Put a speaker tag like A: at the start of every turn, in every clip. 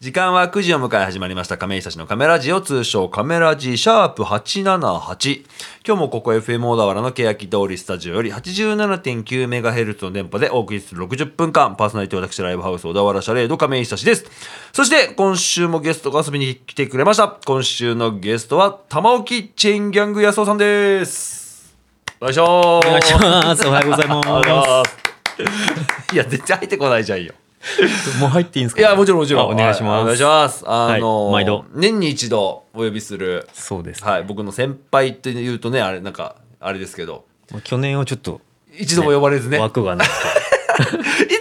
A: 時間は9時を迎え始まりました亀井久志のカメラジオ通称カメラジシャープ878今日もここ FM 小田原の欅通りスタジオより 87.9MHz の電波でお送りする60分間パーソナリティ私ライブハウス小田原シャレード亀井久志ですそして今週もゲストが遊びに来てくれました今週のゲストは玉置チェーンギャング安尾さんですお願いしますお
B: お願いします。おはようございま
A: いや全然入ってこないじゃんよ
B: す。もう入っていいんですか、
A: いや、もちろん、もちろん。
B: あお願いします。
A: お願いします。あの、
B: はい毎度
A: 年に一度お呼びする、
B: そうです、
A: はい、僕の先輩って言うとね、あれ、なんか、あれですけど、
B: まあ去年はちょっと、
A: 一度も呼ばれずね。い
B: 枠がなく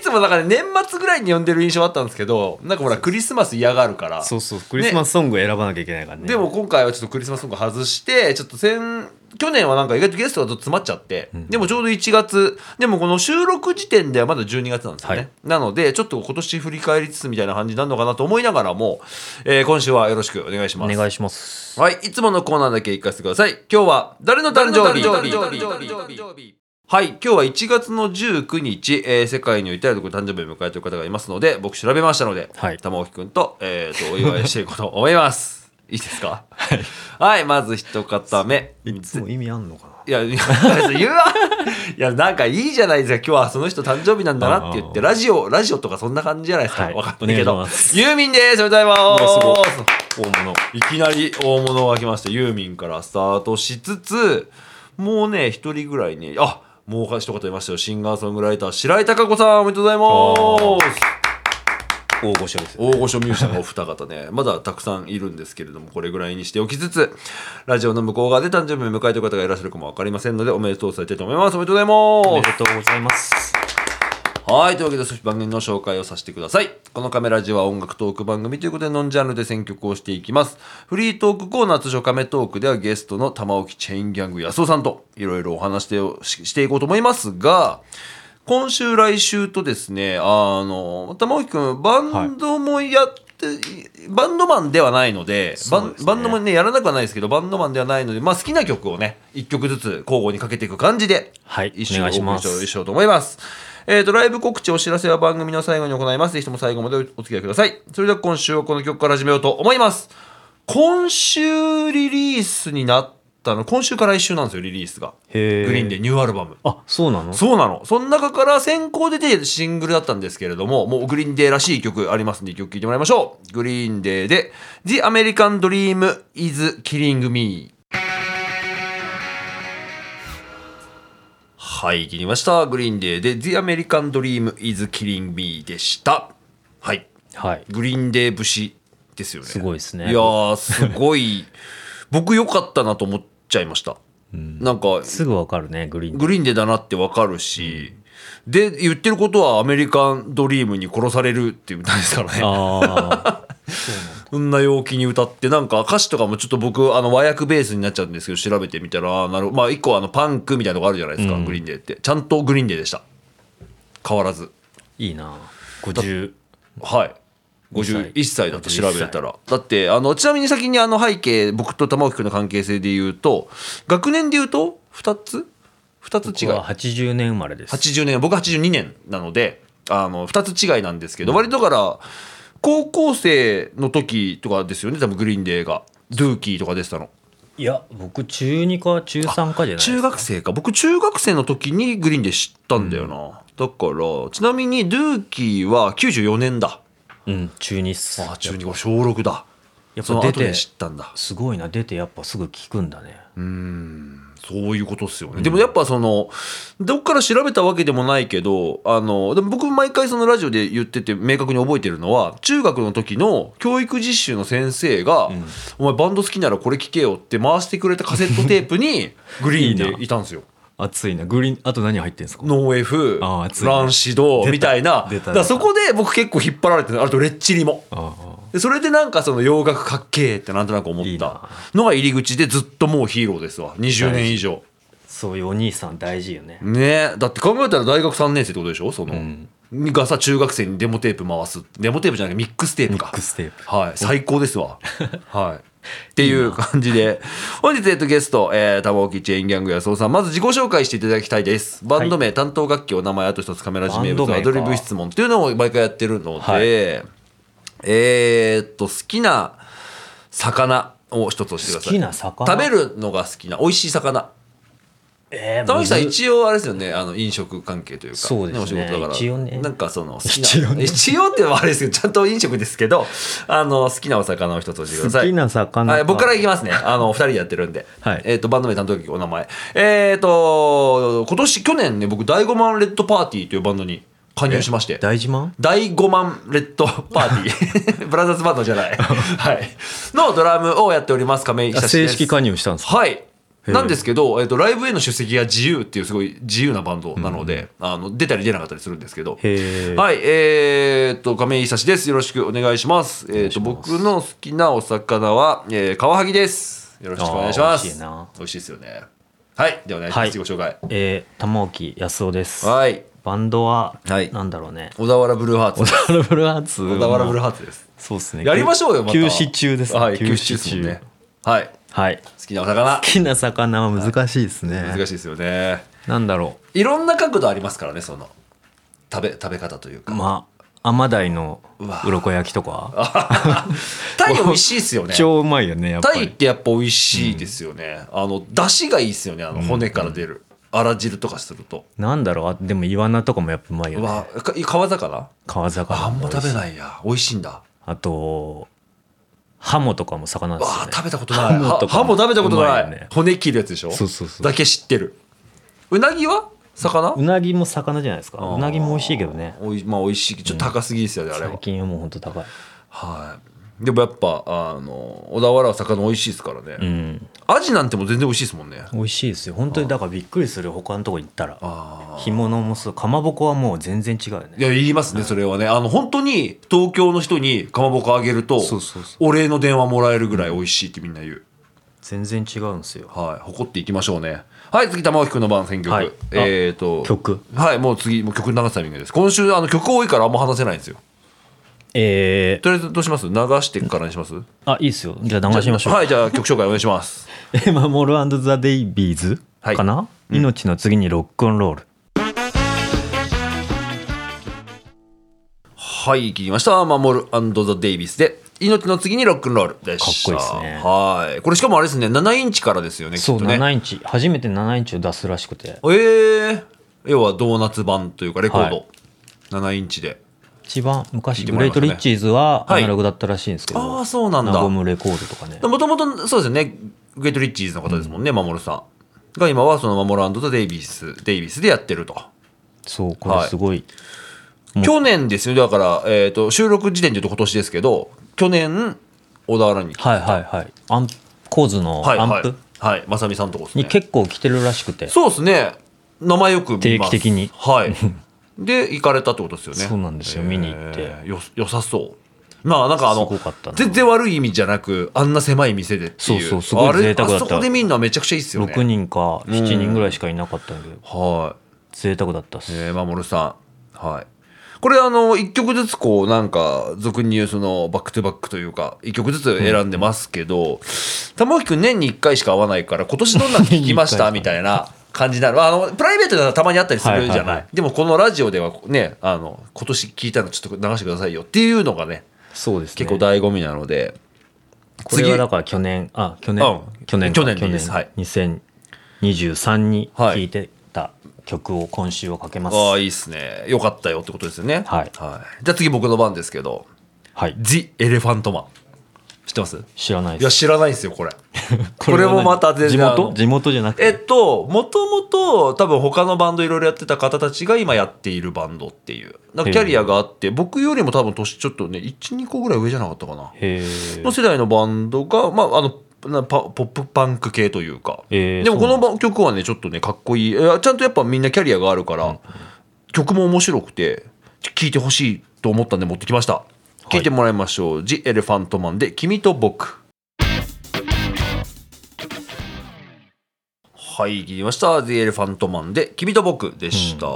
A: つもだから年末ぐらいに呼んでる印象あったんですけど、なんかほら、クリスマス嫌がるから
B: て。。そうそう、クリスマスソングを選ばなきゃいけないからね。
A: でも今回はちょっとクリスマスソング外して、ちょっと先、去年はなんか意外とゲストがずっと詰まっちゃって、でもちょうど1月、でもこの収録時点ではまだ12月なんですよね。
B: はい
A: なので、ちょっと今年振り返りつつみたいな感じになるのかなと思いながらも、えー今週はよろしくお願いし
B: お
A: ます。
B: 願いします。
A: はい、いつものコーナーだけ行かせてください。今日は誰の誕生日はい、今日は1月の19日、えー世界においてあるこ誕生日を迎えている方がいますので、僕調べましたので、
B: はい
A: 玉置くんと、えーと、お祝いしていこうと思います。 いいですかはい。はい、まず一方目。
B: いつも意味あんのかない
A: や、いや言うわ。 いや、なんかいいじゃないですか。今日はその人誕生日なんだなって言って、
B: あー
A: ラジオ、ラジオとかそんな感じじゃないですか。
B: はい
A: わかんないけど。
B: お願いしま
A: ユーミンです。おめでとうございます。
B: うわ
A: 大物。いきなり大物が来ました。ユーミンからスタートしつつ、もうね、一人ぐらいね、あもう一方いましたよ。シンガーソングライター、白井貴子さん、おめでとうございます。
B: 大御所ですよ。
A: 大御所ミュージシャンがお二方ねまだたくさんいるんですけれどもこれぐらいにしておきつつラジオの向こう側で誕生日を迎えている方がいらっしゃるかも分かりませんのでおめでとうされたいと思いますおめでとうござい
B: お
A: ま
B: め
A: す
B: でとうございます。
A: はい。というわけで、少し番組の紹介をさせてください。このカメラジは音楽トーク番組ということで、ノンジャンルで選曲をしていきます。フリートークコーナー、通称カメトークではゲストの玉置チェインギャング安尾さんといろいろお話をししていこうと思いますが、今週、来週とですね、あの、玉置くん、バンドもやって、バンドマンではないのでバ
B: そう
A: ン
B: ですね
A: バンドもねやらなくはないですけどバンドマンではないので、まあ、好きな曲をね1曲ずつ交互にかけていく感じで
B: はい
A: 一緒
B: お
A: にお
B: 願いし
A: 送り
B: ま
A: し
B: す
A: ようしようと思います。えー、とライブ告知お知らせは番組の最後に行いますぜひとも最後までお付き合いくださいそれでは今週はこの曲から始めようと思います今週リリースになったの今週から来週なんですよリリースが
B: へえ。
A: グリーンで。ニューアルバム
B: あ、そうなの
A: そうなのその中から先行で出てシングルだったんですけれどももうグリーンデーらしい曲ありますんで一曲聴いてもらいましょうグリーンデーで「The American Dream is Killing Me」はい切りましたグリーンデーで「The American Dream is Killing Me」でしたはい
B: はい。
A: グリーンデー節ですよね
B: すごいですね
A: いやーすごい僕良かったなと思っちゃいました、なんか
B: すぐわかるね、グリーン。
A: グリーンでだなってわかるし、で言ってることはアメリカンドリームに殺されるっていう歌ですからね
B: ああ。
A: そんな陽気に歌ってなんか歌詞とかもちょっと僕あの和訳ベースになっちゃうんですけど調べてみたらあーなるまあ一個あのパンクみたいなのがあるじゃないですか、
B: うん
A: グリーンデーってちゃんとグリーンデーでした変わらず
B: いいな。50。
A: はい51歳だと調べたらだってあのちなみに先にあの背景僕と玉置君の関係性で言うと学年で言うと2つ2つ違
B: 僕
A: う
B: は80年生まれです。
A: 80年僕82年なのであの2つ違いなんですけど、割とだから高校生の時とかですよね多分グリーンデーが「ドゥーキー」とか出てたの
B: いや、僕中2か中3かじゃない
A: 中学生か僕中学生の時にグリーンデー知ったんだよな、だからちなみに「ドゥーキー」は94年だ
B: うん、中2っす。
A: あ中2は小6だ
B: やっ
A: その
B: ぱ出
A: 後で
B: て、
A: 知ったんだ
B: すごいな、出てやっぱすぐ聞くんだね。
A: そういうことっすよね。でもやっぱその、どっから調べたわけでもないけど、あの、でも僕毎回そのラジオで言ってて明確に覚えてるのは、中学の時の教育実習の先生が、お前バンド好きならこれ聴けよって回してくれたカセットテープに、 グリーン
B: いい
A: で
B: ない
A: たんですよ。
B: 熱いな。グリーン、あと何入ってんすか
A: ノーエフ
B: あー熱、いね
A: ランシドみたいな。
B: 出
A: だか
B: た出た
A: らそこで僕結構引っ張られてるあとレッチリも。
B: ああ。
A: でそれでなんかその洋楽かっけーってなんとなく思っ
B: いいな
A: たのが入り口でずっともうヒーローですわ。20年以上。
B: そういうお兄さん大事よね。
A: ねえだって考えたら大学3年生ってことでしょその、
B: うん
A: がさ中学生にデモテープ回すデモテープじゃなくてミックステープか
B: ミックステープ
A: はい最高です わはいっていう感じで本日、えっと、ゲスト、えー、玉置チェインギャング安尾さんまず自己紹介していただきたいですバンド名、担当楽器お名前あと一つカメラ地名
B: バンド
A: 物
B: 名か
A: アドリブ質問っていうのを毎回やってるので、
B: は
A: えーっと好きな魚を一つ教えてください
B: 好きな魚
A: 食べるのが好きな美味しい魚
B: えー
A: 玉木さん
B: むず
A: 一応あれですよねあの飲食関係というか
B: そうですね
A: お仕事だから
B: 一応ね
A: なんかその好きな
B: 一応ね
A: 一応ってのはあれですけどちゃんと飲食ですけどあの好きなお魚を一つ教えてください
B: 好きな魚
A: はい、僕からいきますねあのお二人でやってるんで、
B: はい
A: えっ、とバンド名担当曲お名前えっ、と今年去年ね僕第5万レッドパーティーというバンドに加入しまして
B: 大事マン
A: 第5万レッドパーティー ブラザーズバンドじゃない、はい、のドラムをやっております亀井久志です
B: 正式加入したんですか
A: はい
B: え
A: なんですけど、えっとライブへの出席が自由っていうすごい自由なバンドなので、あの出たり出なかったりするんですけど
B: へえ
A: はいえーっと亀井久志ですよろしくお願いしますえーっと僕の好きなお魚は、えー、カワハギですよろしくお願いします
B: あー美味しいな
A: 美味しいですよねはいではお願いします、
B: はい
A: 自己紹介
B: えー、玉置康夫です
A: はい
B: バンドは、
A: はい
B: なんだろうね
A: 小田原ブルーハーツ
B: 小田原ブルーハーツ
A: 小田原ブルーハーツです
B: そうですね
A: やりましょうよまた
B: 休止中ですね
A: はい休止中ですもんねはい
B: はい
A: 好きなお魚
B: 好きな魚は難しいですね、
A: 難しいですよね
B: なんだろ
A: いろんな角度ありますからねその食べ食べ方という
B: う
A: か
B: まあ甘鯛の
A: うわ
B: 鱗焼きとか
A: タイ美味しいですよね
B: 超うまいよねやっぱ
A: タイっ
B: り
A: てやっぱ美味しいですよね、あの出汁がいいですよねあの骨から出る、あら汁とかすると
B: なんだろうあでもイワナとかもやっぱうまいよ
A: う
B: ね
A: わか川魚
B: 川魚
A: ああんま食べ
B: い
A: ないや美味しいんだ
B: あとハモとかも魚で
A: わ
B: すよ
A: あ
B: ね
A: 食べたことない
B: ハモ
A: は
B: とか
A: ハモ食べたことな
B: う
A: い
B: まいよね
A: 骨切るやつでしょ
B: そうそうそう
A: だけ知ってるうなぎは魚
B: うなぎも魚じゃないですか
A: あー
B: うなぎも美味しいけどね
A: おいまあ美味しいけどちょっと高すぎですよね、あれは
B: 最近はもうほんと高い
A: はいでもやっぱあの小田原は魚美味しいですからね、
B: うん
A: アジなんても全然美味しいですもんね
B: 美味しいですよ本当にだからびっくりする他のとこ行ったら
A: あ
B: 干物もそうかまぼこはもう全然違うよ
A: い
B: ね
A: や言いますねそれはねあの本当に東京の人にかまぼこあげると
B: そうそうそ
A: お礼の電話もらえるぐらい美味しいってみんな言う、
B: 全然違うんですよ
A: はい誇っていきましょうねはい次玉置くんの番選曲、
B: はいあ
A: えっ、と
B: 曲
A: はいもう次もう曲流すタイミングです今週あの曲多いからあんま話せないんですよ
B: えー、
A: とりあえずどうします流してからにします
B: あいいっすよじゃあ流しましょう
A: はいじゃあ曲紹介お願いします
B: エマ・モルザ・デイビーズ
A: はい
B: かな、命の次にロックンロール
A: はい、聞きました。マモルザ・デイビスで、命の次にロックンロールでした。
B: かっこいいですね
A: はい。これしかもあれですね、7インチからですよね、
B: そう、
A: きっとね。
B: 7インチ初めて7インチを出すらしくて
A: えー、要はドーナツ版というか、レコー
B: は
A: ド、7インチで。
B: 一番昔、
A: 聞いてもら
B: グレ
A: いました
B: ート・
A: ね
B: リッチーズは
A: は
B: ア
A: い
B: ナログだったらしいんですけど、
A: ああ、そうなんだ。
B: ナゴ
A: も
B: ムレコードとかね
A: ともとそうですよね、グレート・リッチーズの方ですもんね、マモルさん。が今はそのマモルザ・デイビス、デイビスでやってると。
B: そうこれすごい、
A: 去年ですよ、だから、えっ、と、収録時点で言うと今年ですけど、去年、小田原に、
B: はい、はいはいアンプコーズの
A: はい、
B: アンプ、
A: はい、はい、まさみさんとこですね
B: に。結構来てるらしくて
A: そうですね。名前よく見ます
B: 定期的に
A: はい。で、行かれたってことですよね。
B: そうなんですよ
A: えー
B: 見に行って
A: よ、良さそう。まあ、なんかあの
B: すごかった、な
A: 全然悪い意味じゃなく、あんな狭い店でっていう。
B: そうそうすごい贅沢だった
A: あれあそこで見るのはめちゃくちゃいいですよね。
B: 6人か7人ぐらいしかいなかったんだけど、
A: はい。
B: 贅沢だったっす、
A: えー、守さん。はい。これあの1曲ずつこうなんか俗に言うそのバックトゥバックというか1曲ずつ選んでますけど、玉置くん年に1回しか会わないから今年どんなの聞きまし
B: 年に一回しか
A: た
B: ね
A: みたいな感じになるあのプライベートではたまにあったりするじゃない,、
B: はいはいはい
A: でもこのラジオではねあの今年聞いたのちょっと流してくださいよっていうのがね
B: そうですね
A: 結構醍醐味なので、
B: これはだから去年あ去年、
A: うん
B: 去年か
A: 去年でいいですはい
B: 2023に聴いてた曲を今週はかけます、
A: ああ
B: はい
A: いいっすねよかったよってことですよね
B: はい
A: じゃあ次僕の番ですけど「The Elephant Man」知ってます
B: 知らない
A: いや
B: です
A: 知らないんですよ これこれもまた全然
B: 地
A: あの
B: 元地元じゃなく
A: え
B: て
A: っともともと多分他のバンドいろいろやってた方たちが今やっているバンドっていうなんかキャリアがあって僕よりも多分年ちょっとね12個ぐらい上じゃなかったかな
B: へ
A: の世代のバンドがまああのなパポップパンク系というか、
B: えー
A: でもこのば曲はねちょっとねかっこいいいやちゃんとやっぱみんなキャリアがあるから、曲も面白くて聴いてほしいと思ったんで持ってきました聴いてもらいましょう「ジ・エレファントマン」で「君と僕」はい聞きました「The エレファントマン」で「君と僕」でした、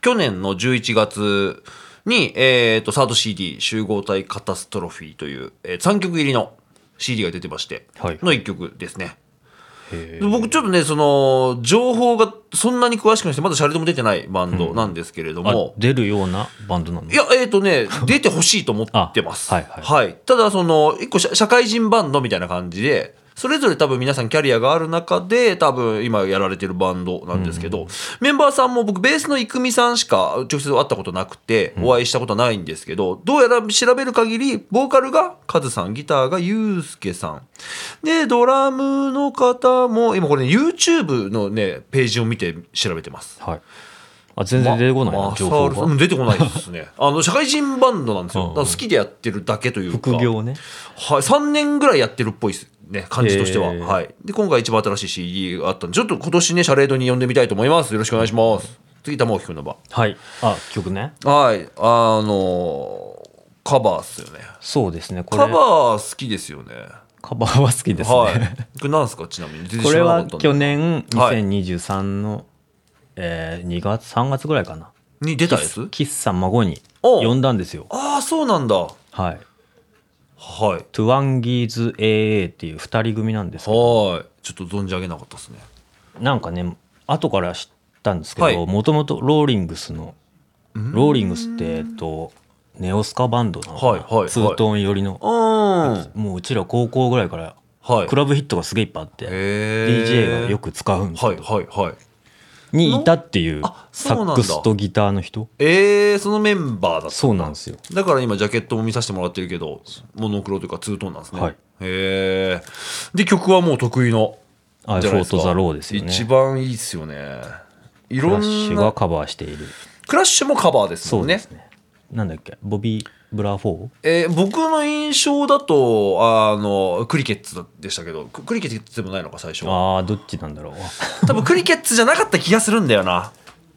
A: 去年の11月に、えー、とサード CD「集合体カタストロフィー」という、え3曲入りの CD が出てまして
B: はい
A: の1曲ですね、で僕ちょっとねその情報がそんなに詳しくなくてまだシャレでも出てないバンドなんですけれど
B: あ
A: も、
B: 出るようなバンドなの
A: いや、えっ、と ね、出てほしいと思ってます。
B: あはいはい
A: ただ、その、一個社、社会人バンドみたいな感じで、それぞれ多分皆さんキャリアがある中で、多分今やられてるバンドなんですけど、メンバーさんも僕、ベースの郁美さんしか直接会ったことなくて、お会いしたことないんですけど、どうやら調べる限り、ボーカルがカズさん、ギターがユうスケさん。で、ドラムの方も、今これね、YouTube のね、ページを見て調べてます。
B: はい。あ、全然出てこないな、
A: ま
B: 情
A: マサ
B: 報
A: ールさんう
B: が。
A: ん出てこないです ねあの社会人バンドなんですよ、
B: うんうん
A: だから好きでやってるだけというか
B: 副業ね。
A: はい、3年ぐらいやってるっぽいですね感じとしては、
B: へー
A: はい、で今回一番新しい CD があったんでちょっと今年ねシャレードに呼んでみたいと思いますよろしくお願いします次玉置君の番
B: はい。あ、曲ね。
A: はいあのーカバーっすよね
B: そうですね。これ
A: カバー好きですよね
B: カバーは好きですね。
A: はいこれなんですかちなみに全然
B: こ
A: 知
B: れ
A: らなか
B: は
A: ったんで
B: 去年
A: はい
B: 2023の、えー、2月3月ぐらいかな
A: に出たやつ
B: 喫茶孫に
A: お
B: 呼んだんですよ
A: ああそうなんだはい
B: はい
A: はい
B: トゥワンギーズ AA っていう2人組なんですけ
A: ち
B: ど
A: ょっと存じ上げなかったですね
B: なんかね後から知ったんですけ
A: はい
B: どもともとローリングスのローリングスってえっとネオスカバンドなのかな、
A: はいはいはい
B: ツートーン寄りの
A: うん
B: もううちら高校ぐらいから
A: はい
B: クラブヒットがすげえいっぱいあって
A: へー
B: DJ がよく使うんですけど、
A: はいはいはい
B: にいたっていう
A: あそう
B: サ
A: なんだ
B: ックスとギターの人
A: えー、そのメンバーだ
B: そうなんですよ
A: だから今ジャケットも見させてもらってるけどモノクロというかツートーンなんですね、
B: はい
A: へーで曲はもう得意の
B: あ
A: じゃないですか
B: For to the Road ですよね
A: 一番いいっすよねい
B: ク
A: ろん
B: ラ
A: な
B: ッシュがカバーしている
A: クラッシュもカバーです
B: そ
A: も
B: うん
A: ね
B: ですねなんだっけボビー・ブラフォー
A: えー僕の印象だとあのクリケッツでしたけどククリケッツでもないのか最初は
B: ああどっちなんだろう
A: 多分クリケッツじゃなかった気がするんだよな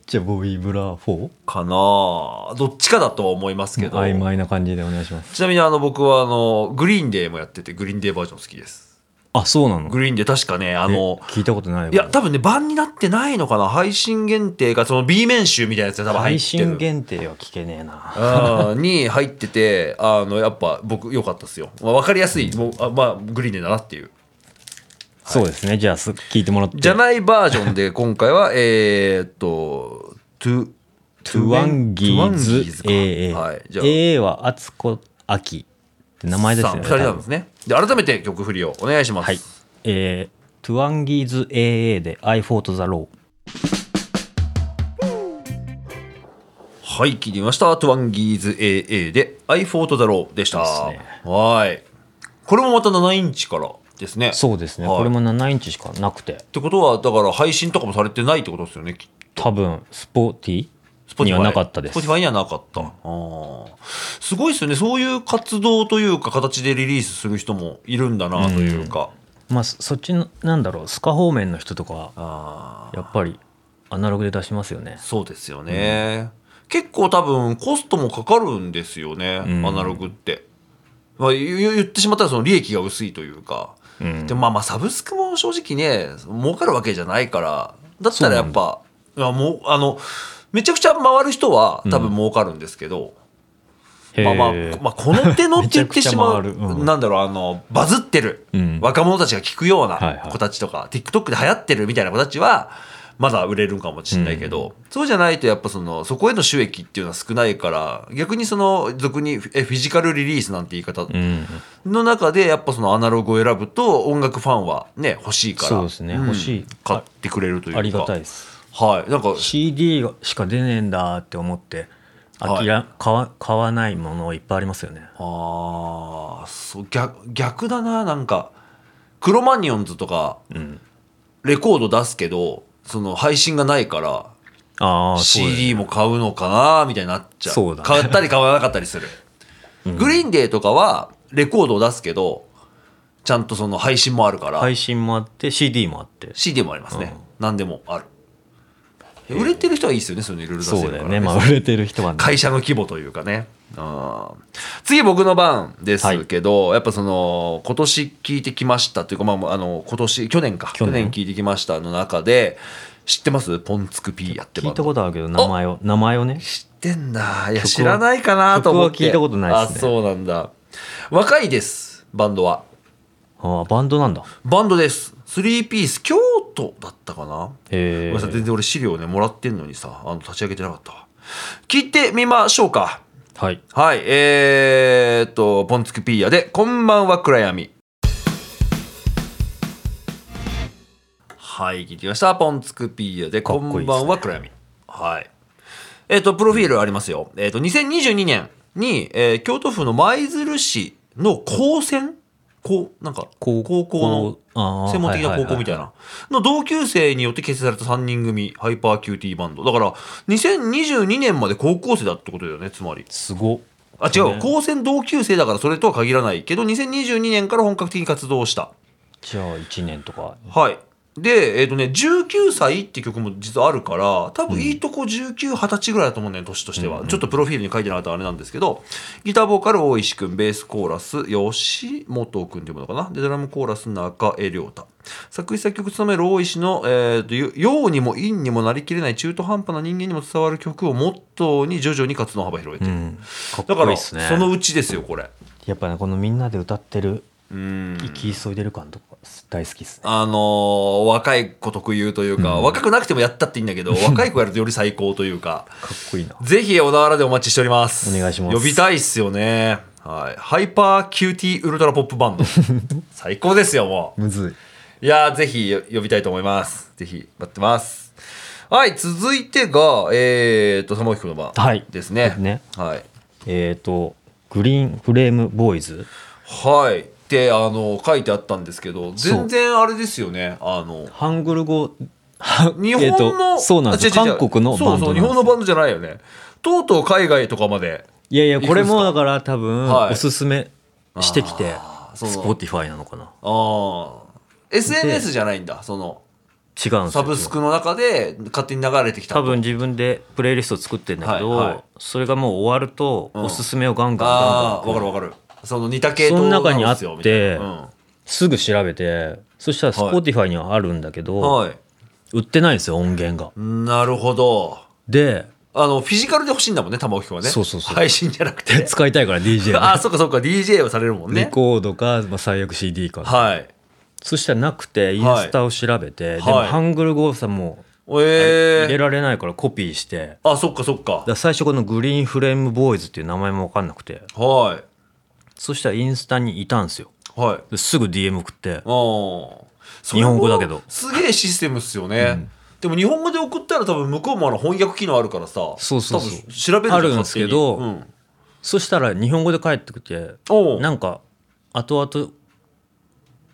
B: じゃあボビー・ブラフォ
A: かなあどっちかだとは思いますけ
B: ー
A: ど
B: 曖昧な感じでお願いします
A: ちなみにあの僕はあのグリーンデーもやっててグリーンデーバージョン好きです
B: あそうなの
A: グリーンデー確かねあ
B: あ
A: の
B: 聞いたことない
A: いや多分ね版になってないのかな配信限定かその B 面集みたいなやつで多分入って
B: 配
A: る
B: 信限定は聞けねえな
A: うんに入っててあのやっぱ僕良かったですよ、まあ、分かりやすいもうあまあグリーンデーだなっていう
B: そうですねじゃあす聞いてもらって
A: じゃないバージョン で今回はえーっとトゥ
B: トゥワンギ
A: トゥワン
B: ー
A: ギ
B: ズ
A: か
B: AA
A: はいじゃあ
B: AA は敦子亜紀って名前ですよね
A: さん二人なんです
B: ね
A: ねで改めて曲振りをお願いします、
B: はいえートゥワンギーズ AA で I fought the law
A: はい、聞いてみました。トゥワンギーズ AA で I for the row でした。
B: ですね
A: はーい。これもまた7インチからですね。
B: そうですね、
A: はい
B: これも7インチしかなくて
A: ってことは、だから配信とかもされてないってことですよね。き
B: 多分スポーティ
A: スポ
B: にはなかったで
A: ス
B: す
A: ポティファイにはなかった。あーすごいですよね。そういう活動というか、形でリリースする人もいるんだなというか。
B: まあそそっちのなんだろうスカ方面の人とかは
A: あー
B: やっぱりアナログで出しますよね
A: そうですよね。結構多分コストもかかるんですよね、
B: ん
A: アナログって。まあ、言言ってしまったらその利益が薄いというか。
B: うん
A: でもまあまあサブスクも正直ね儲かるわけじゃないからだったらやっぱいやもうあのめちゃくちゃ回る人は多分儲かるんですけど、
B: へー
A: まあまあ、まあ、この手のって言ってしまう
B: めちゃくちゃ回るうん
A: なんだろうあのバズってる、
B: うん
A: 若者たちが聞くよう
B: はいは
A: ない子たちとか、TikTok で流行ってるみたいな子たちはまだ売れるんかもしれないけど、そうじゃないとやっぱそのそこへの収益っていうのは少ないから逆にその俗にえフィジカルリリースなんて言い方
B: うん
A: の中でやっぱそのアナログを選ぶと音楽ファンはね欲しいから
B: そうですね
A: ん
B: 欲しい
A: 買ってくれるというか
B: ありがたいです
A: はいなんか
B: CD がしか出ねえんだって思ってあきら、買わ買わないものいっぱいありますよね
A: ああそう逆逆だななんかクロマニオンズとか
B: うん
A: レコード出すけどその配信がないから
B: ああそうだね
A: CD も買うのかなみたいになっちゃう
B: そうだね
A: 買ったり買わなかったり する、グリーンデーとかはレコードを出すけどちゃんとその配信もあるから、
B: 配信もあって CD もあって
A: CD もありますね、何でもある売れてる人はいいですよねそういうのいろいろ出せる
B: そ
A: か
B: う
A: ら
B: だよねまあ売れてる人はね
A: 会社の規模というかねあー次僕の番ですけど、やっぱその今年聞いてきましたというか、まあ、あの今年去年か去
B: 去
A: 年
B: 年
A: 聞いてきましたの中で知ってますポンツク P やって
B: 聞
A: ま
B: いたことあるけど名前を名前をね
A: 知ってんだいや
B: 曲は
A: 知らないかなと思って
B: 曲は聞いたことないですね
A: あそうなんだ若いですバンドは
B: ああバンドなんだ
A: バンドです3ピース京都だったかな
B: へ
A: ごめんなさい
B: え
A: 全然俺資料ねもらってんのにさあの立ち上げてなかったわ聞いてみましょうか
B: はい
A: はいえー、っとポンツクピーヤで「こんばんは暗闇」はい聞いてきましたポンツクピーヤで「
B: かっ
A: こ
B: こいいですね
A: んばんは暗闇」はいえっ、とプロフィールありますよえっ、と2022年に、えー京都府の舞鶴市の高専こうなんか
B: 高
A: 高校
B: あ
A: の
B: ー
A: 専門的な
B: はい
A: 高
B: はいはい
A: 校みたいなの同級生によって結成された3人組ハイパーキューティーバンドだから2022年まで高校生だってことだよねつまり
B: すごっ
A: あ違う、
B: ね
A: 高専同級生だからそれとは限らないけど2022年から本格的に活動した
B: じゃあ1年とか
A: はいでえっ、とね「19歳」って曲も実はあるから多分いいとこ1920歳ぐらいだと思うんだよね年としては、ちょっとプロフィールに書いてなかったあれなんですけどギターボーカル大石くんベースコーラス吉本くんっていうものかなでドラムコーラス中江亮太作詞作曲務める大石の、えー、とよ陽にも陰にもなりきれない中途半端な人間にも伝わる曲をモットーに徐々に活動の幅を広げて
B: う
A: る、
B: んかっ
A: だか
B: こいい
A: ら
B: っす
A: そ
B: ね
A: のうちですよこれ。
B: やっぱねこのみんなで歌ってる
A: うん
B: 生き急いでる感とか大好きっすね
A: あのー若い子特有というか、若くなくてもやったっていいんだけど若い子やるとより最高というか
B: かっこいいな
A: ぜひ小田原でお待ちしております
B: お願いします
A: 呼びたいっすよねはいハイパーキューティーウルトラポップ バンド最高ですよもう
B: むずい
A: いやーぜひ呼びたいと思いますぜひ待ってますはい続いてがえー、っと玉置君の番
B: はい
A: ですね
B: ね
A: はい
B: えっ、とグリーンフレームボーイズ
A: はいってあの書いてあったんですけど全然あれですよねあの
B: ハングル語
A: 日本の、
B: えーとそうなんです
A: あ違う違う違
B: 韓
A: う
B: 国のバン
A: そうそ
B: ド
A: う
B: な
A: 日
B: んで
A: 本
B: す
A: のバンドじゃないよねとうとう海外とかまで
B: いやいやこれ
A: いくんす
B: も
A: か
B: だから多分
A: はい
B: おすすめしてきて
A: あーそう
B: スポティファイなのかな
A: ああ SNS じゃないんだその
B: 違うんですよ
A: サブスクの中で勝手に流れてきた
B: 多分自分でプレイリスト作ってんだけど、
A: はいはい
B: それがもう終わると
A: うん
B: おすすめをガンガンガ
A: あ
B: ン
A: あ
B: ガ
A: わか
B: ン来
A: る
B: る
A: わかるその似た系統
B: その中にあって
A: なんですよみたいな
B: すぐ調べてそしたら
A: はい
B: Spotify にはあるんだけど、
A: うんはい
B: 売ってないんですよ音源が。
A: なるほど
B: で
A: あのフィジカルで欲しいんだもんね玉置くんはね
B: そうそうそう
A: 配信じゃなくて
B: 使いたいから DJ
A: あ
B: が
A: あそっかそっか DJ をされるもんね
B: レコードか、まあ、最悪 CD か、
A: はい
B: そしたらなくてインスタを調べて、
A: い
B: でも
A: はい
B: ハングル語をさもう入
A: え
B: れ
A: え
B: られないからコピーして、だか
A: あそっかそっから
B: 最初このグリーンフレームボーイズっていう名前も分かんなくて
A: はい
B: そしたらインスタにいたんですよ
A: はい
B: ですぐ DM 送っ
A: あ
B: て
A: あ
B: 日本語だけど
A: すげえシステムっすよね、でも日本語で送ったら多分向こうもあの翻訳機能あるからさ
B: そうそうそう
A: 多分調べるじゃ
B: あるんですけど
A: 勝手にうん
B: そしたら日本語で帰ってきて
A: おう
B: なんか後々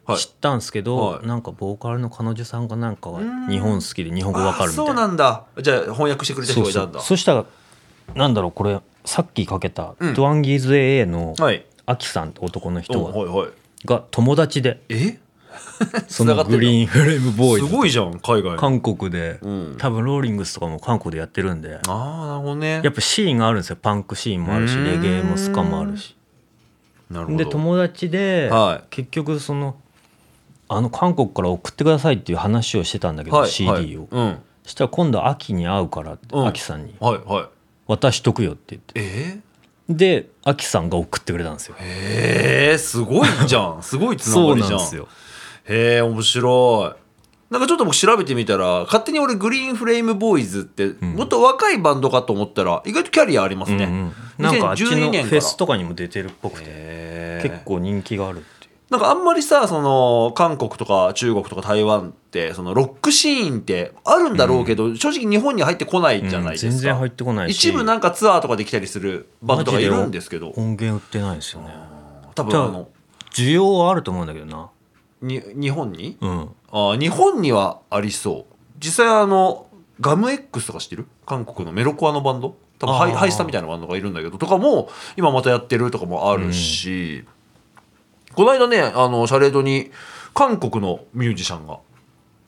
A: はい
B: 知ったんですけど、
A: はい
B: なんかボーカルの彼女さんかなんかが日本好きで日本語わかるみたい
A: あーそうな
B: な
A: んだじゃあ翻訳してくれた
B: そ
A: 人
B: う
A: がい
B: そ
A: たん
B: う
A: だ
B: そしたらなんだろうこれさっきかけた、
A: うん
B: トゥアンギーズ AA の
A: はい
B: アキさんって男の人
A: お
B: が
A: はいはい
B: が友 達で
A: え
B: そ
A: 繋が
B: の
A: ってんだ
B: グリーンフレームボーイ
A: す
B: ズ
A: ごいじゃん海外あ
B: 韓国で、
A: うん
B: 多分ローリングスとかも韓国でやってるんで
A: あーなるほどね
B: やっぱシーンがあるんですよパンクシーンもあるし
A: うーん
B: レゲエもスカもあるし
A: なるほど
B: で友達で、
A: はい
B: 結局そのあの韓国から送ってくださいっていう話をしてたんだけど、
A: はい
B: CD を、
A: はい、うん
B: そしたら今度秋に会うからって、
A: うん
B: 秋さんに
A: はいはい
B: 渡しとくよって言って
A: えー、
B: で秋さんが送ってくれたんですよ
A: えー、すごいじゃんすごいつな
B: そ
A: が
B: う
A: り
B: なん
A: じゃん
B: ですよ
A: へえ面白いなんかちょっと僕調べてみたら勝手に俺グリーンフレームボーイズってもっと若いバンドかと思ったら意外とキャリアありますね、
B: うんうんなんかあっちのフ
A: 2012年から
B: ェスとかにも出てるっぽくて
A: へえ
B: 結構人気があるっていう
A: なんかあんまりさその韓国とか中国とか台湾ってそのロックシーンってあるんだろうけど、正直日本に入ってこないじゃないですか、
B: うん全然入ってこないし
A: 一部なんかツアーとかできたりするバンドとかいるんですけど
B: 音源売ってないんですよね
A: 多分あの
B: 需要はあると思うんだけどな
A: に日本に
B: うん
A: あー日本にはありそう実際あのガム X とか知ってる韓国のメロコアのバンド多分ハイ
B: あー
A: ハイスタみたいなバンドがいるんだけどとかも今またやってるとかもあるし、この間ねあのシャレードに韓国のミュージシャンが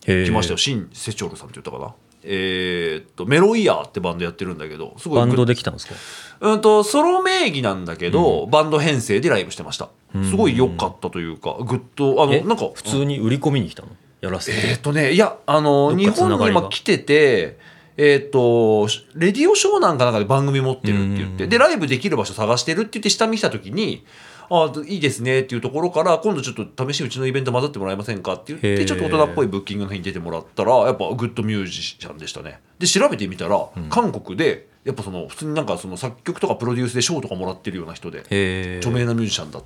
B: 来
A: 来ましたよ、シン・セチョルさんって言ったかなえーっとメロイヤーってバンドやってるんだけどすごい
B: バンドできたんですか
A: うんとソロ名義なんだけど、バンド編成でライブしてましたすごい良かったというかグッとあの
B: え
A: なんか
B: 普通に売り込みに来たのやらせて
A: えーっとねいやあの
B: どっ
A: 日
B: かつ
A: 本
B: な
A: に
B: がりが
A: 今来ててえーっとレディオショーなんかなんかで番組持ってるって言っ
B: うんうんう
A: て
B: ん
A: でライブできる場所探してるって言って下見来た時にあいいですねっていうところから今度ちょっと試しにうちのイベント混ざってもらえませんかって言っ
B: へ
A: て
B: ー
A: ちょっと大人っぽいブッキングの日に出てもらったらやっぱグッドミュージシャンでしたねで調べてみたら、韓国でやっぱその普通になんかその作曲とかプロデュースで賞とかもらってるような人で
B: へ
A: 著名なミュージシャンだっ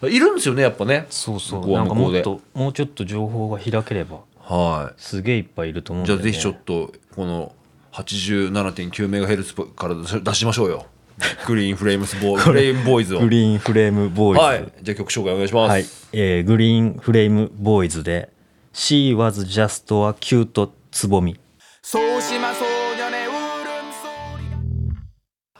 A: たいるんですよねやっぱね
B: そうそ
A: 向
B: う
A: こう
B: な
A: は
B: ん
A: 向
B: か
A: こ
B: も
A: う
B: っ
A: で
B: ともうちょっと情報が開ければ
A: はい
B: すげえいっぱいいると思うん
A: じゃ
B: だ
A: あ
B: よ、ね、
A: ぜひちょっとこの 87.9MHz から出しましょうよ。グリーンフレームスボーイフレームボーイズを。
B: グリーンフレームボーイズ
A: はい。じゃあ曲紹介お願いします。
B: はい、えーグリーンフレームボーイズで「She was just a cute つぼみ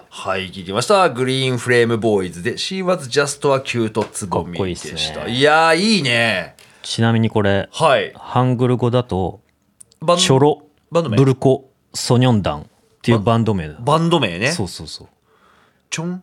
A: はい、聞きました。グリーンフレームボーイズで She was just a cute つぼみ
B: かっこいい
A: で
B: っすね
A: した。いやー、いいね。」
B: ちなみにこれ
A: はい。
B: ハングル語だと
A: バ
B: 「チョ
A: ン
B: ロ
A: バンド名
B: ブルコソニョンダン」っていうバンド名だ
A: バンド名ね。
B: そうそうそう
A: ちょんっ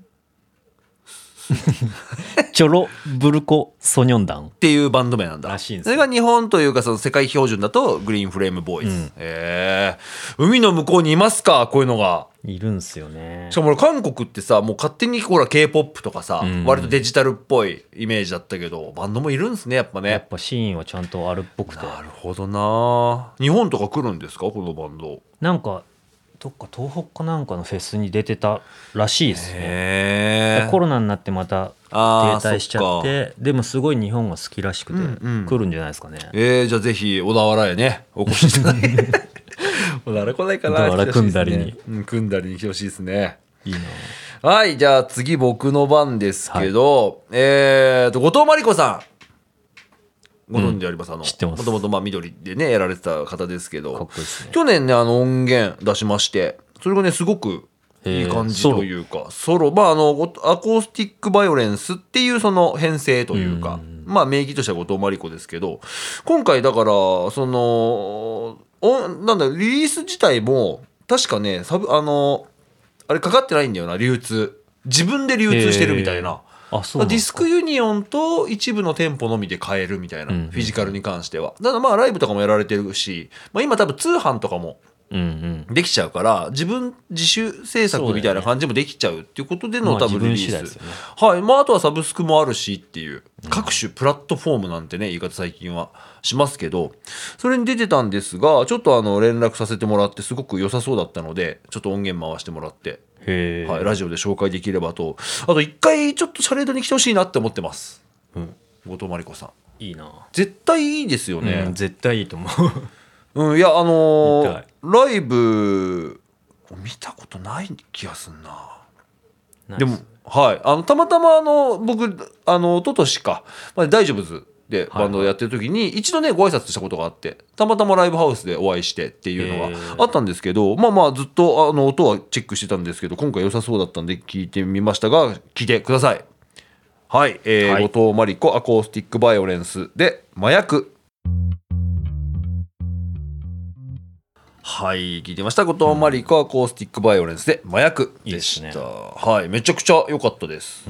B: チョロブルコソニョンダン
A: ていうバンド名なんだ。
B: らしいんです
A: それが日本というか、その世界標準だとグリーンフレームボーイズ。えー海の向こうにいますかこういうのが。
B: いるんすよね
A: しかも俺韓国ってさもう勝手にほら K-POP とかさ、
B: ん
A: 割とデジタルっぽいイメージだったけどバンドもいるんですねやっぱ
B: やっ
A: ね
B: ぱシーンはちゃんとあるっぽくて
A: なるほどな日本とか来るんですかこのバンド
B: なんかどっか東北かなんかのフェスに出てたらしいですね
A: へ
B: コロナになってまた停
A: あー
B: 滞しちゃってでもすごい日本が好きらしくて
A: うんうん
B: 来るんじゃないですかね、
A: えー、じゃあぜひ小田原へねお越しいただいて 小田原来ないかな
B: 小田原
A: 来てほしいですね
B: 組んだりに
A: うん、組んだりに来てほしいですね
B: いいな
A: はいじゃあ次僕の番ですけど、えーと後藤真理子さんご存知あります、あの
B: 知ってます
A: もともとまあ緑でねやられてた方ですけど
B: かっこいいですね
A: 去年ねあの音源出しましてそれがねすごくいい感じ
B: へー
A: というか、ソロまああのごアコースティックバイオレンスっていうその編成というか、まあ名義としては後藤真理子ですけど今回だからそのおなんだリリース自体も確かねサブあのあれかかってないんだよな流通自分で流通してるみたいな。
B: あそうなん
A: デ
B: だ
A: ィスクユニオンと一部の店舗のみで買えるみたいな、
B: うん
A: フィジカルに関しては。ただまあライブとかもやられてるし、まあ、今多分通販とかも
B: うんうん
A: できちゃうから自分自主制作みたいな感じもできちゃうっていうことでの
B: まあ
A: 多分リリ
B: 自分次第
A: ー
B: で
A: ス
B: すよね。
A: はいまあ、あとはサブスクもあるしっていう各種プラットフォームなんてね言い方最近はしますけどそれに出てたんですがちょっとあの連絡させてもらってすごく良さそうだったのでちょっと音源回してもらって
B: へえ、
A: はい、ラジオで紹介できればとあと一回ちょっとシャレードに来てほしいなって思ってます、
B: うん
A: 後藤真理子さん
B: いいな、
A: 絶対いいですよ
B: う
A: ね
B: ん、絶対い いと思う
A: うん、いやあのー
B: 見
A: ライブ見たことない気がすんな
B: ナイス
A: でもはいあのたまたまあの僕あの一昨年か、まあ、大丈夫ズで
B: はい
A: バンドをやってる時に、一度ねご挨拶したことがあってたまたまライブハウスでお会いしてっていう
B: へ
A: の
B: ー
A: があったんですけどまあまあずっとあの音はチェックしてたんですけど今回良さそうだったんで聞いてみましたが聞いてくださいはい、えー
B: はい
A: 後藤真理子アコースティックバイオレンスで麻薬はい聞いてました後藤真理子アコースティックバイオレンスで麻薬でした
B: いいですね
A: はいめちゃくちゃ良かったです、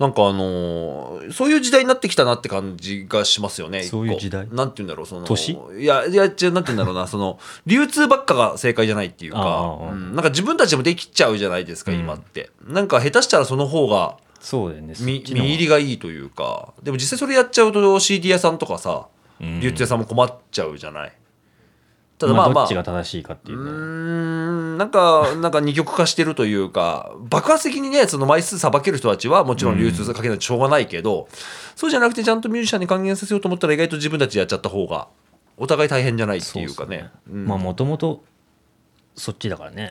A: なんかあのーそういう時代になってきたなって感じがしますよね
B: そういう
A: 一個
B: 時代
A: なんて言うんだろうその
B: 年
A: いやいや違うなんて言うんだろうなその 流通ばっかが正解じゃないっていう
B: あ
A: か、
B: あああ
A: うんなんか自分たちでもできちゃうじゃないですか、今ってなんか下手したらその方が
B: そうだよね
A: み
B: そっちの
A: 見入りがいいというかでも実際それやっちゃうと CD 屋さんとかさ
B: ん
A: 流通屋さんも困っちゃうじゃないただ
B: ま
A: ま
B: あ
A: あま
B: ど
A: あ
B: っちが正しいかっていううね、
A: ーんなんか、なんか二極化してるというか、爆発的にね、その枚数さばける人たちはもちろん流通かけないとしょうがないけど、そうじゃなくてちゃんとミュージシャンに還元させようと思ったら意外と自分たちでやっちゃった方が、お互い大変じゃないっていうかね。うん
B: まあもともとそっちだからね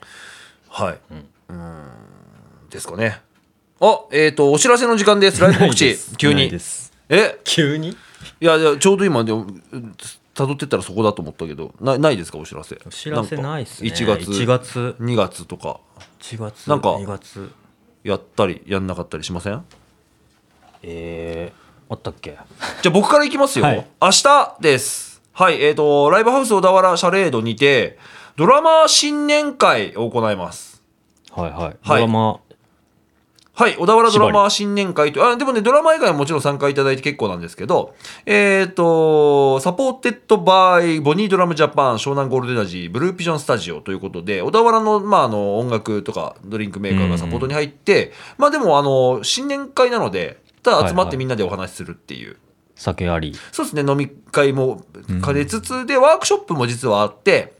A: はい。うーん。ですかね。あ、えっ、と、お知らせの時間です。ライブ告
B: ない
A: 知
B: です、
A: 急
B: ない
A: に
B: で。す
A: え、
B: 急に
A: いやいや、ちょうど今でも、辿ってったらそこだと思ったけど、なないですか、お知らせ。
B: お知らせないっすね
A: 1月、
B: 1月
A: 2月とか。
B: 1月
A: なんか
B: 2月
A: やったりやんなかったりしません
B: えー、あったっけ
A: じゃあ僕からいきますよ、
B: はい
A: 明日ですはいえっ、とライブハウス小田原シャレードにてドラマ新年会を行います
B: はいはい。
A: はい
B: ドラマ、
A: はい、小田原ドラマ新年会とあでもねドラマ以外はもちろん参加いただいて結構なんですけどえっ、とサポーテッドバイボニードラムジャパン湘南ゴールデンラジーブルーピジョンスタジオということで小田原の,、まああの音楽とかドリンクメーカーがサポートに入って、まあでもあの新年会なのでただ集まってみんなでお話しするっていう。
B: 酒あり
A: そうですね飲み会も兼ねつつで、ワークショップも実はあって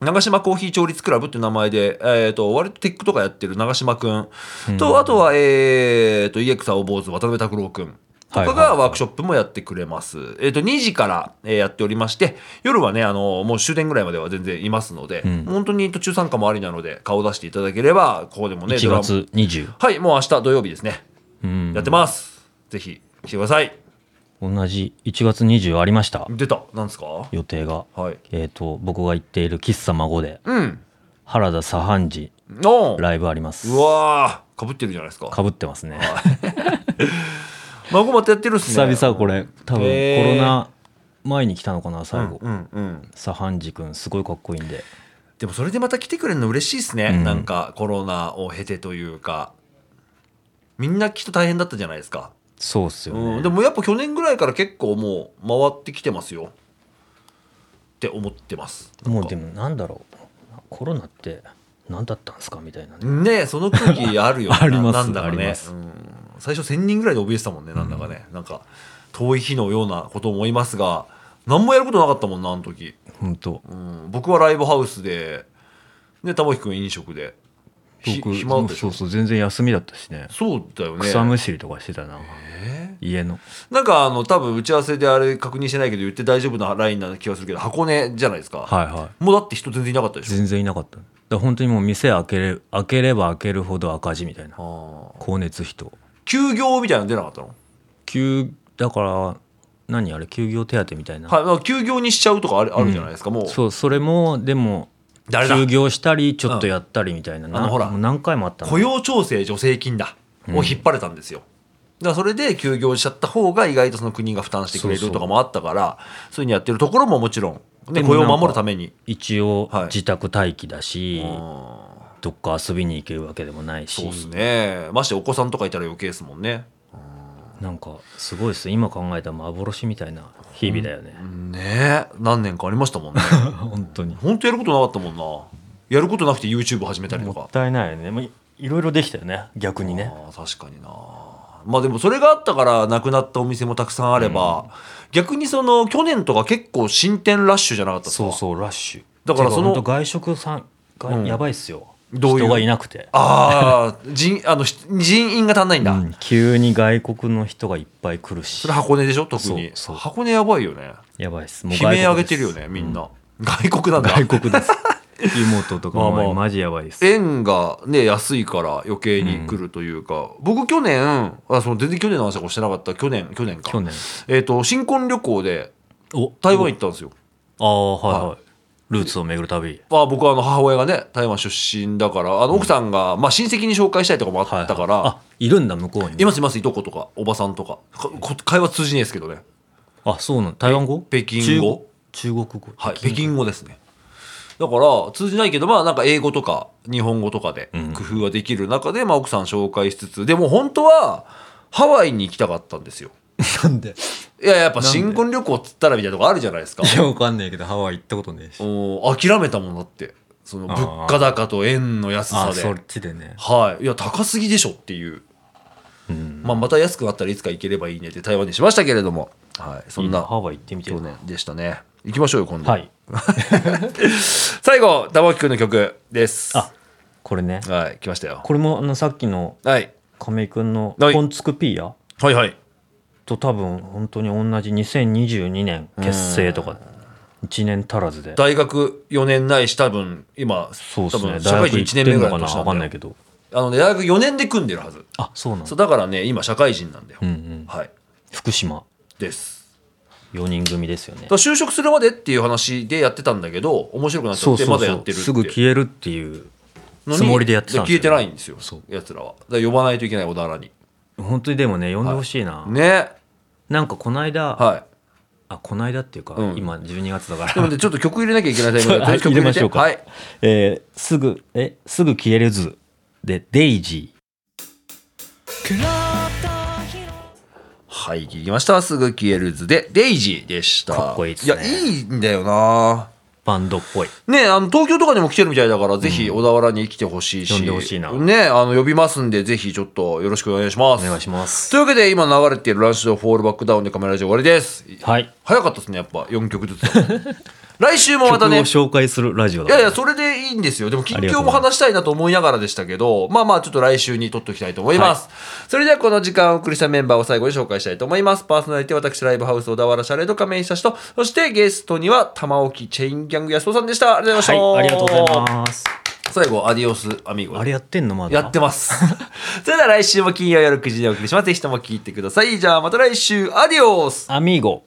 A: 長島コーヒー調律クラブっていう名前で、えー、と割とテックとかやってる長島くんと、あとは、えー、と EX 青坊主渡辺拓郎くんとか
B: はいはいは
A: がワークショップもやってくれます、えー、と2時から、えーやっておりまして夜はねあのもう終電ぐらいまでは全然いますので、本当に途中参加もありなので顔を出していただければここでもね
B: 1
A: ドラマ
B: 月20
A: はいもう明日土曜日ですね、
B: うん
A: やってますぜひ来てください
B: 同じ1月20ありました
A: 出たなんですか
B: 予定が
A: はい
B: えっ、と僕が行っている喫茶孫で
A: うん
B: 原田左半次
A: おう
B: ライブあります
A: うわーかぶってるじゃないですか
B: かぶってますね
A: 孫またやってるっす
B: 久
A: ね
B: 々これ多分
A: へー
B: コロナ前に来たのかな最後、
A: うんうん
B: サハンジ君すごいかっこいいんで
A: でもそれでまた来てくれるの嬉しいですね、
B: うん
A: なんかコロナを経てというかみんなきっと大変だったじゃないですか、
B: そうっすよね、
A: うん、でもやっぱ去年ぐらいから結構もう回ってきてますよって思ってますなんか
B: もうでもなんだろうコロナって何だったんですかみたいなね、
A: ねえその空気あるよね
B: あります
A: なんだか
B: あり
A: ね
B: ます
A: うん最初1000人ぐらいで怯えてたもんねなんだかね、なんか遠い日のようなことを思いますが何もやることなかったもんなあの時
B: ほんと
A: うん、僕はライブハウスで、ね、玉置くん飲食で。ひ
B: 僕
A: 暇だったでし
B: そ
A: ょ
B: うそう全然休みだったしね
A: そうだよね。
B: 草むしりとかしてたな、
A: え
B: 家の
A: ーなんかあの、多分打ち合わせであれ確認してないけど言って大丈夫なラインな気がするけど、箱根じゃないですか。
B: はいはい
A: もうだって人全然いなかったでしょ。
B: 全然いなかっただから本当にもう店開けれ開ければ開けるほど赤字みたいな
A: あー
B: 光熱費と
A: 休業みたいなの出なかったの
B: 休だから何あれ休業手当みたいな、
A: はい、なんか休業にしちゃうとかあるあるじゃないですか、もう。
B: そうそれもでも
A: 誰だ
B: 休業したりちょっとやったりみたいな、な
A: あのほら
B: もう何回もあったの
A: 雇用調整助成金だ。を引っ張れたんですよ。だからそれで休業しちゃった方が意外とその国が負担してくれ
B: そ
A: る
B: うそう
A: とかもあったから、そういうふうにやってるところももちろん、ね、
B: でも
A: 雇用
B: なん
A: を
B: か
A: 守るために。
B: 一応
A: はい
B: 自宅待機だし、
A: うん
B: どっか遊びに行けるわけでもないし
A: そうですねましてお子さんとかいたら余計ですもんね
B: なんかすごいです今考えたら幻みたいな日々だよね、
A: ねえ何年かありました もんね
B: 本当に
A: 本当やることなかったもんなやることなくて YouTube 始めたりと
B: も
A: か
B: ったいないよねもういいろいろできたよね逆にね
A: あー確かになまあでもそれがあったからなくなったお店もたくさんあれば、逆にその去年とか結構新店ラッシュじゃなかったですか
B: そうそうラッシュ
A: だから
B: て
A: その
B: ほんと外食さんが
A: うん
B: やばいっすよ、
A: どういう
B: 人がいなくて
A: ああ人あのし人員が足んないんだ、
B: うん急に外国の人がいっぱい来るし
A: それ箱根でしょ特に
B: そうそう
A: 箱根やばいよね
B: やばいっすもう
A: 悲
B: 外国
A: 鳴上げてる
B: です
A: よねみんな、外国なんだ
B: 外国です 妹とかも
A: まあまあ
B: マジやばいです
A: 円がね安いから余計に来るというか、僕去年あその全然去年の話はしてなかった去年去年か
B: 去年
A: えっ、と新婚旅行で
B: お
A: 台湾行ったんですよ、
B: ああはい
A: は
B: はいルーツを巡る旅
A: まあ、僕はあの母親がね台湾出身だからあの奥さんが、まあ、親戚に紹介したいとかもあ
B: はい
A: ったから、
B: あいるんだ向こう
A: い
B: に
A: ますいますいとことかおばさんとかかこ会話通じねえですけどね
B: あそうなん台湾語
A: 北京語
B: 中国中国語
A: はい、北京語ですね。だから通じないけどまあなんか英語とか日本語とかで
B: ん
A: 工夫ができる中で、まあ、奥さん紹介しつつでも本当はハワイに行きたかったんですよ。
B: なんで
A: いややっぱ新婚旅行っつったらみたいなとこあるじゃないです か。
B: いやわかんないけどハワイ行ったことねえし
A: お諦めたもんだってその
B: あー
A: 物価高と円の安さ
B: あ
A: で
B: そっちでね
A: はいいや高すぎでしょっていう、
B: うん
A: まあ、また安くなったらいつか行ければいいねって台湾にしましたけれども、はい、そん
B: いい
A: な
B: ハワイ行ってみてえ
A: 去
B: な
A: 年でしたね行きましょうよ今度、
B: はい
A: 最後玉置くんの曲です
B: あこれね
A: はい来ましたよ
B: これもあのさっきの
A: はい。
B: 亀井くんの
A: はい
B: 「ポンツクピーヤ
A: はいはい。」
B: と多分本当に同じ2022年結成とか1年足らずで
A: 大学4年ないし、多分、今、
B: そうで
A: 多
B: すね
A: 分、社会人1年目ぐらい
B: 大学行ってんのか
A: の
B: な
A: 年
B: わ
A: な
B: か
A: んだ
B: んない
A: よ。
B: けど
A: あのね、大学4年で組んでるはず。
B: あそうなん
A: そう
B: だ
A: だからね、今、社会人なんだよ
B: う。んうん
A: はい。
B: 福島
A: です。
B: 4人組ですよね
A: だから就職するまでっていう話でやってたんだけど、面白くなっちゃって、まだやってるって。
B: すぐ消えるっていう
A: のに
B: つもりでやってたんです
A: 消
B: よ
A: えてないんですよ
B: そう、
A: やつらは。だから呼ばないといけない、小田原に。
B: 本当にでもね呼んでほしいな、
A: ね。
B: なんかこの間、
A: はい。
B: あこの間っていうか、
A: うん
B: 今12月だか
A: でも
B: ら
A: ね、ちょっと曲入れなきゃいけないタイミングだ
B: はい
A: 曲て
B: 入れましょうか
A: はい。
B: えーすぐえすぐ消えるずでデイジー
A: はい、聞きました。すぐ消える図で、デイジーでした。
B: かっこいいっすね
A: や、いいんだよな
B: バンドっぽい
A: ねあの、東京とかにも来てるみたいだから、ぜひ小田原に来てほしいし。
B: 呼んでほしいな
A: ねあの、呼びますんで、ぜひちょっとよろしくお願いします。
B: お願いします
A: というわけで、今流れているランシュドフォールバックダウンでカメラジオ終わりです。
B: はい
A: 早かったですね、やっぱ、4曲 ずつ。来週もま
B: 曲
A: た
B: を
A: ね、
B: 紹介するラジオだ
A: いやいや、それでいいんですよ。でも、近
B: ありが
A: 況
B: とう
A: も
B: ござい
A: 話したいなと思いながらでしたけど、まあまあ、ちょっと来週に撮っておきたいと思います。それでは、この時間をお送りしたメンバーを最後に紹介したいと思います。パーソナリティは私、ライブハウス小田原シャレード亀井久志と、そしてゲストには、玉置チェインギャング安尾さんでした。ありがとうございました。
B: はいありがとうございます
A: す。最後、アディオス、アミーゴ。
B: あれやってんのまだ
A: やってます。 それでは来週も金曜夜9時にお送りします。ぜひとも聞いてください。じゃあまた来週、アディオス
B: アミーゴ